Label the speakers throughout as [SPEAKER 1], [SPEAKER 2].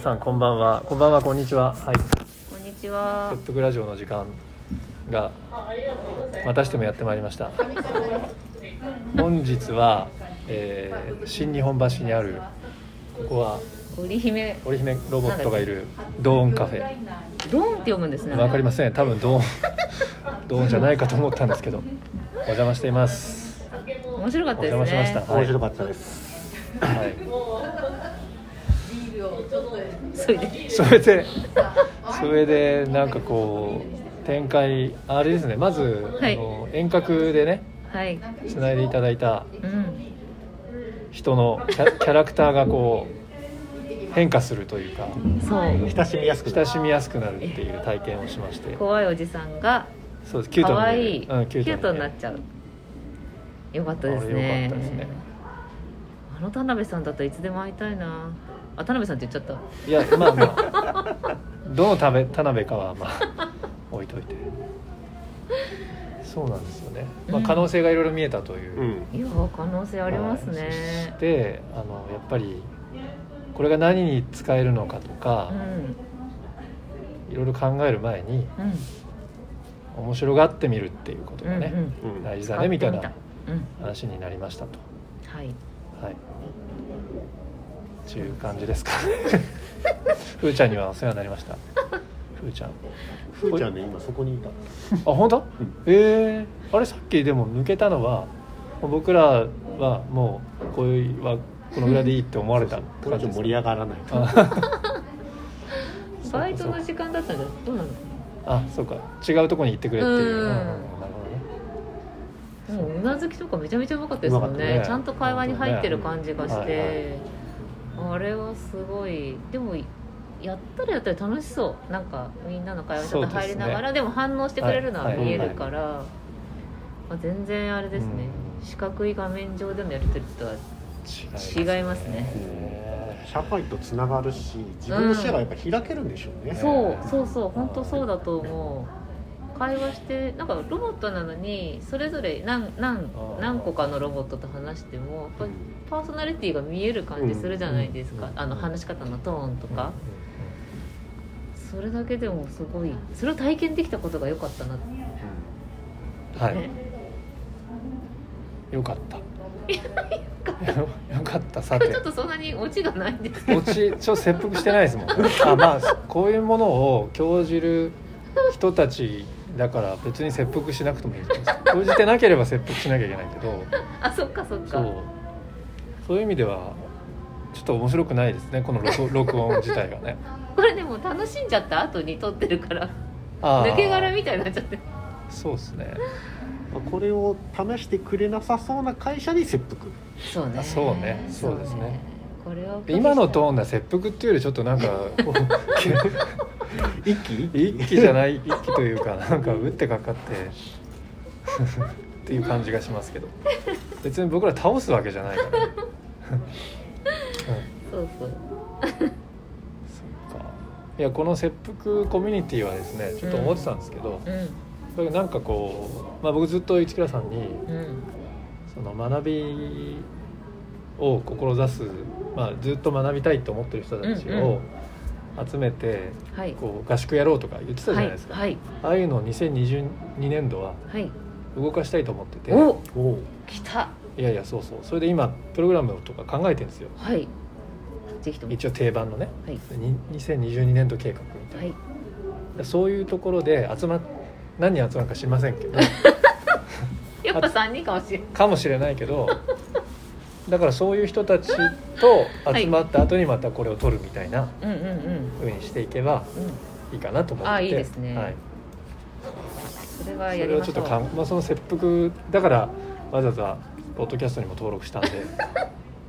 [SPEAKER 1] さんこんばんはこんばんはこんにちははい
[SPEAKER 2] こんにちは
[SPEAKER 1] 説。得ラジオの時間がまたしてもやってまいりました本日は、えー新日本橋にあるここは
[SPEAKER 2] 織姫。
[SPEAKER 1] 織姫ロボットがいるドーンカフェ
[SPEAKER 2] ドンって読むんですね。
[SPEAKER 1] わかりません多分ドーンドーンじゃないかと思ったんですけどお邪魔しています、
[SPEAKER 2] 面白かった
[SPEAKER 1] お
[SPEAKER 2] で
[SPEAKER 1] 邪
[SPEAKER 2] すね。
[SPEAKER 1] 魔しましたはい
[SPEAKER 3] 面白かったです。
[SPEAKER 1] は
[SPEAKER 2] それで
[SPEAKER 1] い、それでそれでなんかこう展開あれですねまず、
[SPEAKER 2] はい
[SPEAKER 1] あの遠隔でね
[SPEAKER 2] はい。
[SPEAKER 1] つないでいただいた
[SPEAKER 2] うん。
[SPEAKER 1] 人のキ ャキャラクターがこう変化するというか
[SPEAKER 2] そう。
[SPEAKER 3] 親しみやすくな
[SPEAKER 1] 親
[SPEAKER 3] る。
[SPEAKER 1] しみやすくなるっていう体験をしまして
[SPEAKER 2] 怖いおじさんが
[SPEAKER 1] そうですキュート
[SPEAKER 2] 可
[SPEAKER 1] に見える
[SPEAKER 2] 愛い
[SPEAKER 1] うん、
[SPEAKER 2] キュートになっ
[SPEAKER 1] ゃ
[SPEAKER 2] ちゃう。よかったです
[SPEAKER 1] あれ
[SPEAKER 2] ね。
[SPEAKER 1] よかったですね
[SPEAKER 2] あの田辺さんだったらいつでも会いたいな。あ田辺さんって言っちゃっ
[SPEAKER 1] ういやまあまあ どのため田辺かはまあ置いといてそうなんですよね、まあ、可能性がいろいろ見えたという、
[SPEAKER 3] うん。
[SPEAKER 2] た。いや可能性あります
[SPEAKER 1] はいそ
[SPEAKER 2] ね
[SPEAKER 1] し。てあのやっぱりこれが何に使えるのかとか
[SPEAKER 2] う、ん
[SPEAKER 1] いろいろ考える前に
[SPEAKER 2] うん。
[SPEAKER 1] 面白がってみるっていうことがね、
[SPEAKER 2] うん
[SPEAKER 3] うん。
[SPEAKER 1] 大事だ
[SPEAKER 2] 買
[SPEAKER 1] ね
[SPEAKER 2] って
[SPEAKER 1] みたいな
[SPEAKER 2] たうん。
[SPEAKER 1] 話になりましたと。
[SPEAKER 2] はい。
[SPEAKER 1] はい。という感じです か。ふーちゃんにはお世話になりました。ふーちゃん。あ、
[SPEAKER 3] ふーちゃんね、今そこにいた。
[SPEAKER 1] 本当
[SPEAKER 3] うん？
[SPEAKER 1] ええあれさっきでも抜けたのは、僕らはもうこれはこのぐらいでいいって思われた
[SPEAKER 3] これ
[SPEAKER 1] 感
[SPEAKER 3] 以
[SPEAKER 1] じ
[SPEAKER 3] 上
[SPEAKER 1] です
[SPEAKER 3] 盛り上がらない。
[SPEAKER 1] あ
[SPEAKER 2] バイトの時間だったんじゃないどうなの？
[SPEAKER 1] あ、そうか。違うとこに行ってくれっていう。
[SPEAKER 2] うん
[SPEAKER 1] うんなるほどね。
[SPEAKER 2] もううなずきとかめちゃめちゃうまかったですも
[SPEAKER 1] う
[SPEAKER 2] ん
[SPEAKER 1] まかった
[SPEAKER 2] ね
[SPEAKER 1] ね
[SPEAKER 2] ちゃんと会話に入ってる感じがし
[SPEAKER 1] はいはい
[SPEAKER 2] て、あれはすごいでもやったらやったら楽しそうなんかみんなの会話ちょっと入りながらで,、も反応してくれるのは
[SPEAKER 1] はい
[SPEAKER 2] 見えるから、まあ、全然あれですね、
[SPEAKER 1] うん
[SPEAKER 2] 四角い画面上でのやり取りとは
[SPEAKER 1] ね
[SPEAKER 2] 違いますね
[SPEAKER 3] 社会とつながるし、自分の視野がやっぱ開けるんでしょうね。
[SPEAKER 2] そうそうそう本当そうだと思う会話してなんかロボットなのにそれぞれ何何
[SPEAKER 1] あー
[SPEAKER 2] 何個かのロボットと話してもやっぱりパーソナリティが見える感じするじゃないですか、
[SPEAKER 1] うん
[SPEAKER 2] あの話し方のトーンとか、それだけでもすごいそれを体験できたことが良かったなって、ね
[SPEAKER 1] うん はい。よかった。よかった。さて
[SPEAKER 2] ちょっ。とそんなにオチがないんですけど
[SPEAKER 1] 落ちちょっと切腹してない ですもんあまあこういうものを興じる人たちだから別に切腹しなくてもいいんです興じてなければ切腹しなきゃいけないけど
[SPEAKER 2] あそっかそっ
[SPEAKER 1] そ
[SPEAKER 2] か
[SPEAKER 1] うそういう意味ではちょっと面白くないですねこの録録音自体がね
[SPEAKER 2] これでも楽しんじゃった後に撮ってるから
[SPEAKER 1] あー
[SPEAKER 2] 抜け殻みたいになっちゃって
[SPEAKER 1] そうですね
[SPEAKER 3] うんこれを試してくれなさそうな会社に切腹。
[SPEAKER 2] そうね
[SPEAKER 1] あそうねそうですね
[SPEAKER 2] これは
[SPEAKER 1] 今のトーンでは切腹っていうよりちょっとなんかこ う
[SPEAKER 3] 一気一
[SPEAKER 1] 一気じゃない一気というかなんか打ってかかってっていう感じがしますけど別に僕ら倒すわけじゃないから、ね
[SPEAKER 2] そうそう
[SPEAKER 1] うん、そっかいやこの切腹コミュニティはですねちょっと思ってたんですけど、
[SPEAKER 2] う
[SPEAKER 1] だけどなんかこう、まあ、僕ずっと市倉さんに
[SPEAKER 2] んうん
[SPEAKER 1] その学びを志す、まあ、ずっと学びたいと思ってる人たちを集めて、
[SPEAKER 2] はい
[SPEAKER 1] こう合宿やろうとか言ってたじゃないですか、
[SPEAKER 2] はい
[SPEAKER 1] ああいうのを2022年度は
[SPEAKER 2] はい、はい、
[SPEAKER 1] 動かしたいと思ってて
[SPEAKER 2] お
[SPEAKER 3] おう
[SPEAKER 2] 来た
[SPEAKER 1] いやいやそうそうそれで今プログラムとか考えてるんですよ
[SPEAKER 2] はいぜひとも
[SPEAKER 1] 一応定番のね
[SPEAKER 2] はい
[SPEAKER 1] に2022年度計画みたいな、
[SPEAKER 2] はい
[SPEAKER 1] そういうところで集まっ何人集まるか知りませんけ ど
[SPEAKER 2] やっぱ三人かもしれない
[SPEAKER 1] かもしれないけどだからそういう人たちと集まった後にまたこれを取るみたいな
[SPEAKER 2] うんうんうん
[SPEAKER 1] 風にしていけば
[SPEAKER 2] うん
[SPEAKER 1] いいかなと思って
[SPEAKER 2] あいいですね
[SPEAKER 1] はい、
[SPEAKER 2] それは
[SPEAKER 1] それ
[SPEAKER 2] やり
[SPEAKER 1] を
[SPEAKER 2] ま
[SPEAKER 1] ち
[SPEAKER 2] し
[SPEAKER 1] ょっと
[SPEAKER 2] ょう
[SPEAKER 1] かん、まあ、その切腹だからわざわざポッドキャストにも登録したん で、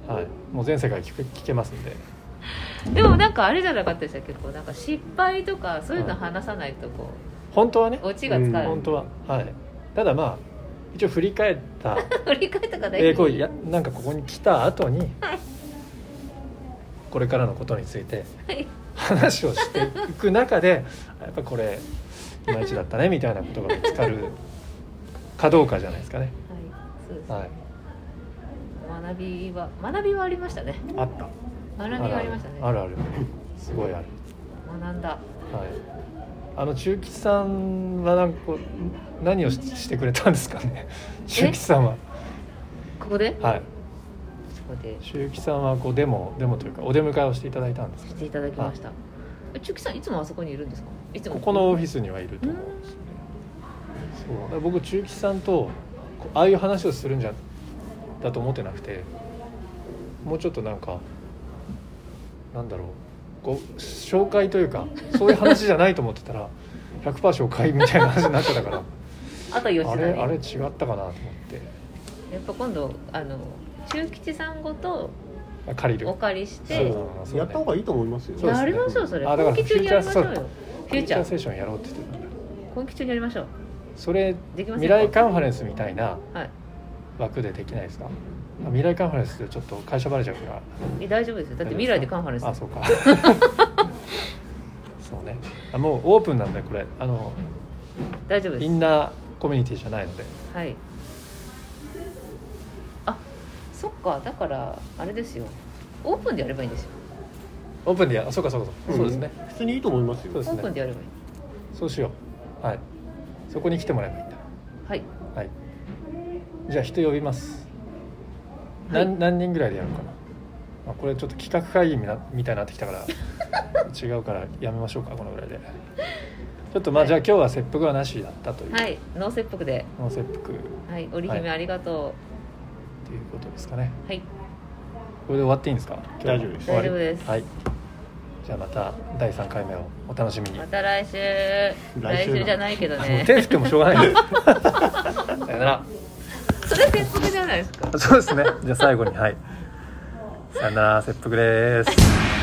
[SPEAKER 1] はい、もう全世界聞く聞けますんで。
[SPEAKER 2] でもなんかあれじゃなかったでしたっけこうなんか失敗とかそういうの話さないとこ
[SPEAKER 1] 本当はね
[SPEAKER 2] うオチがつか
[SPEAKER 3] はい
[SPEAKER 2] な
[SPEAKER 1] 本
[SPEAKER 2] い
[SPEAKER 1] 当ははいただまあ一応振り返った
[SPEAKER 2] 振り返ったから
[SPEAKER 1] えーこうやなんかここに来た後にこれからのことについて
[SPEAKER 2] はい
[SPEAKER 1] 話をしていく中でやっぱこれいまいちだったねみたいなことが見つかるかどうかじゃないですかね
[SPEAKER 2] そうです
[SPEAKER 1] はい
[SPEAKER 2] 学びは学びはありましたね
[SPEAKER 3] あった。
[SPEAKER 2] 学びはありましたね
[SPEAKER 1] あるあるすごいある、
[SPEAKER 2] 学んだ
[SPEAKER 1] はい、あの中吉さんはなんかこう何をししてくれたんですかね中吉さんは
[SPEAKER 2] ここで
[SPEAKER 1] はい
[SPEAKER 2] ここで
[SPEAKER 1] 中吉さんはこうデモデモというかお出迎えをしていただいたんですか
[SPEAKER 2] していただきましたえ中木さんいつもあそこにいるんですかいつも
[SPEAKER 1] ここのオフィスにはいると思うんですよねそうだから僕中吉さんとこうああいう話をするんじゃだと思ってなくてもうちょっとなんかなんだろうこう紹介というかそういう話じゃないと思ってたら100%紹介みたいな話になっちゃったから
[SPEAKER 2] あと4
[SPEAKER 1] あ
[SPEAKER 2] 時
[SPEAKER 1] れ
[SPEAKER 2] だね
[SPEAKER 1] あれ違ったかなと思って
[SPEAKER 2] やっぱ今度あの中吉さんごと
[SPEAKER 1] あ借りる
[SPEAKER 2] お借りし
[SPEAKER 1] そう
[SPEAKER 2] て
[SPEAKER 1] だなそうだね
[SPEAKER 3] やった方がいいと思いますよ。
[SPEAKER 1] そうです
[SPEAKER 2] や
[SPEAKER 1] ね
[SPEAKER 2] りましょうそれ
[SPEAKER 1] あだから
[SPEAKER 2] 今期中にやりましょうよ
[SPEAKER 1] フ
[SPEAKER 2] フューチャ
[SPEAKER 1] セ
[SPEAKER 2] ー
[SPEAKER 1] ッションやろうって言ってたんだ
[SPEAKER 2] 今期中にやりましょう
[SPEAKER 1] それ
[SPEAKER 2] できませ
[SPEAKER 1] 未
[SPEAKER 2] ん
[SPEAKER 1] 来
[SPEAKER 2] か
[SPEAKER 1] カンファレンスみたいな
[SPEAKER 2] はい
[SPEAKER 1] 枠でできないですかあ未来カンファレンスでちょっと会社バレちゃうから
[SPEAKER 2] え大丈夫ですよだって未来でカンファレンス
[SPEAKER 1] あそうか そうねあもうオープンなんでこれあの
[SPEAKER 2] 大丈夫で
[SPEAKER 1] イ
[SPEAKER 2] す
[SPEAKER 1] ンナーコミュニティじゃないので
[SPEAKER 2] はいあそっかだからあれですよオープンでやればいいんですよ
[SPEAKER 1] オープンでやあそうかそうかそう,、そうですね
[SPEAKER 3] ん。普通にいいと思います
[SPEAKER 1] そう
[SPEAKER 3] よ
[SPEAKER 1] で。す
[SPEAKER 2] オ
[SPEAKER 1] ね
[SPEAKER 2] ープンでやればいい
[SPEAKER 1] そうしようはいそこに来てもらえばいいんだ
[SPEAKER 2] はい
[SPEAKER 1] はいじゃあ人呼びます、
[SPEAKER 2] はい
[SPEAKER 1] 何何人ぐらいでやるかな、まあ、これちょっと企画会議みなみたいになってきたから 違うからやめましょうかこのぐらいでちょっとまあ、
[SPEAKER 2] はい
[SPEAKER 1] じゃあ今日は切腹はなしだったという、
[SPEAKER 2] はい脳切腹で
[SPEAKER 1] もう切腹という
[SPEAKER 2] はい織姫
[SPEAKER 1] はい
[SPEAKER 2] ありがと
[SPEAKER 1] ことですかね
[SPEAKER 2] うはい
[SPEAKER 1] これで終わっていいんですか今日
[SPEAKER 3] 大丈夫です
[SPEAKER 1] 終わり
[SPEAKER 2] 大丈夫です
[SPEAKER 1] はい、じゃあまた第3回目をお楽しみに
[SPEAKER 2] また来週来週
[SPEAKER 3] 来週な
[SPEAKER 2] じゃない けど
[SPEAKER 1] もう
[SPEAKER 2] ね
[SPEAKER 1] 手振ってもしょうが ないですさよなら
[SPEAKER 2] それ切腹じゃないですか
[SPEAKER 1] そうですね。じゃあ最後に、はい。さよなら、切腹です。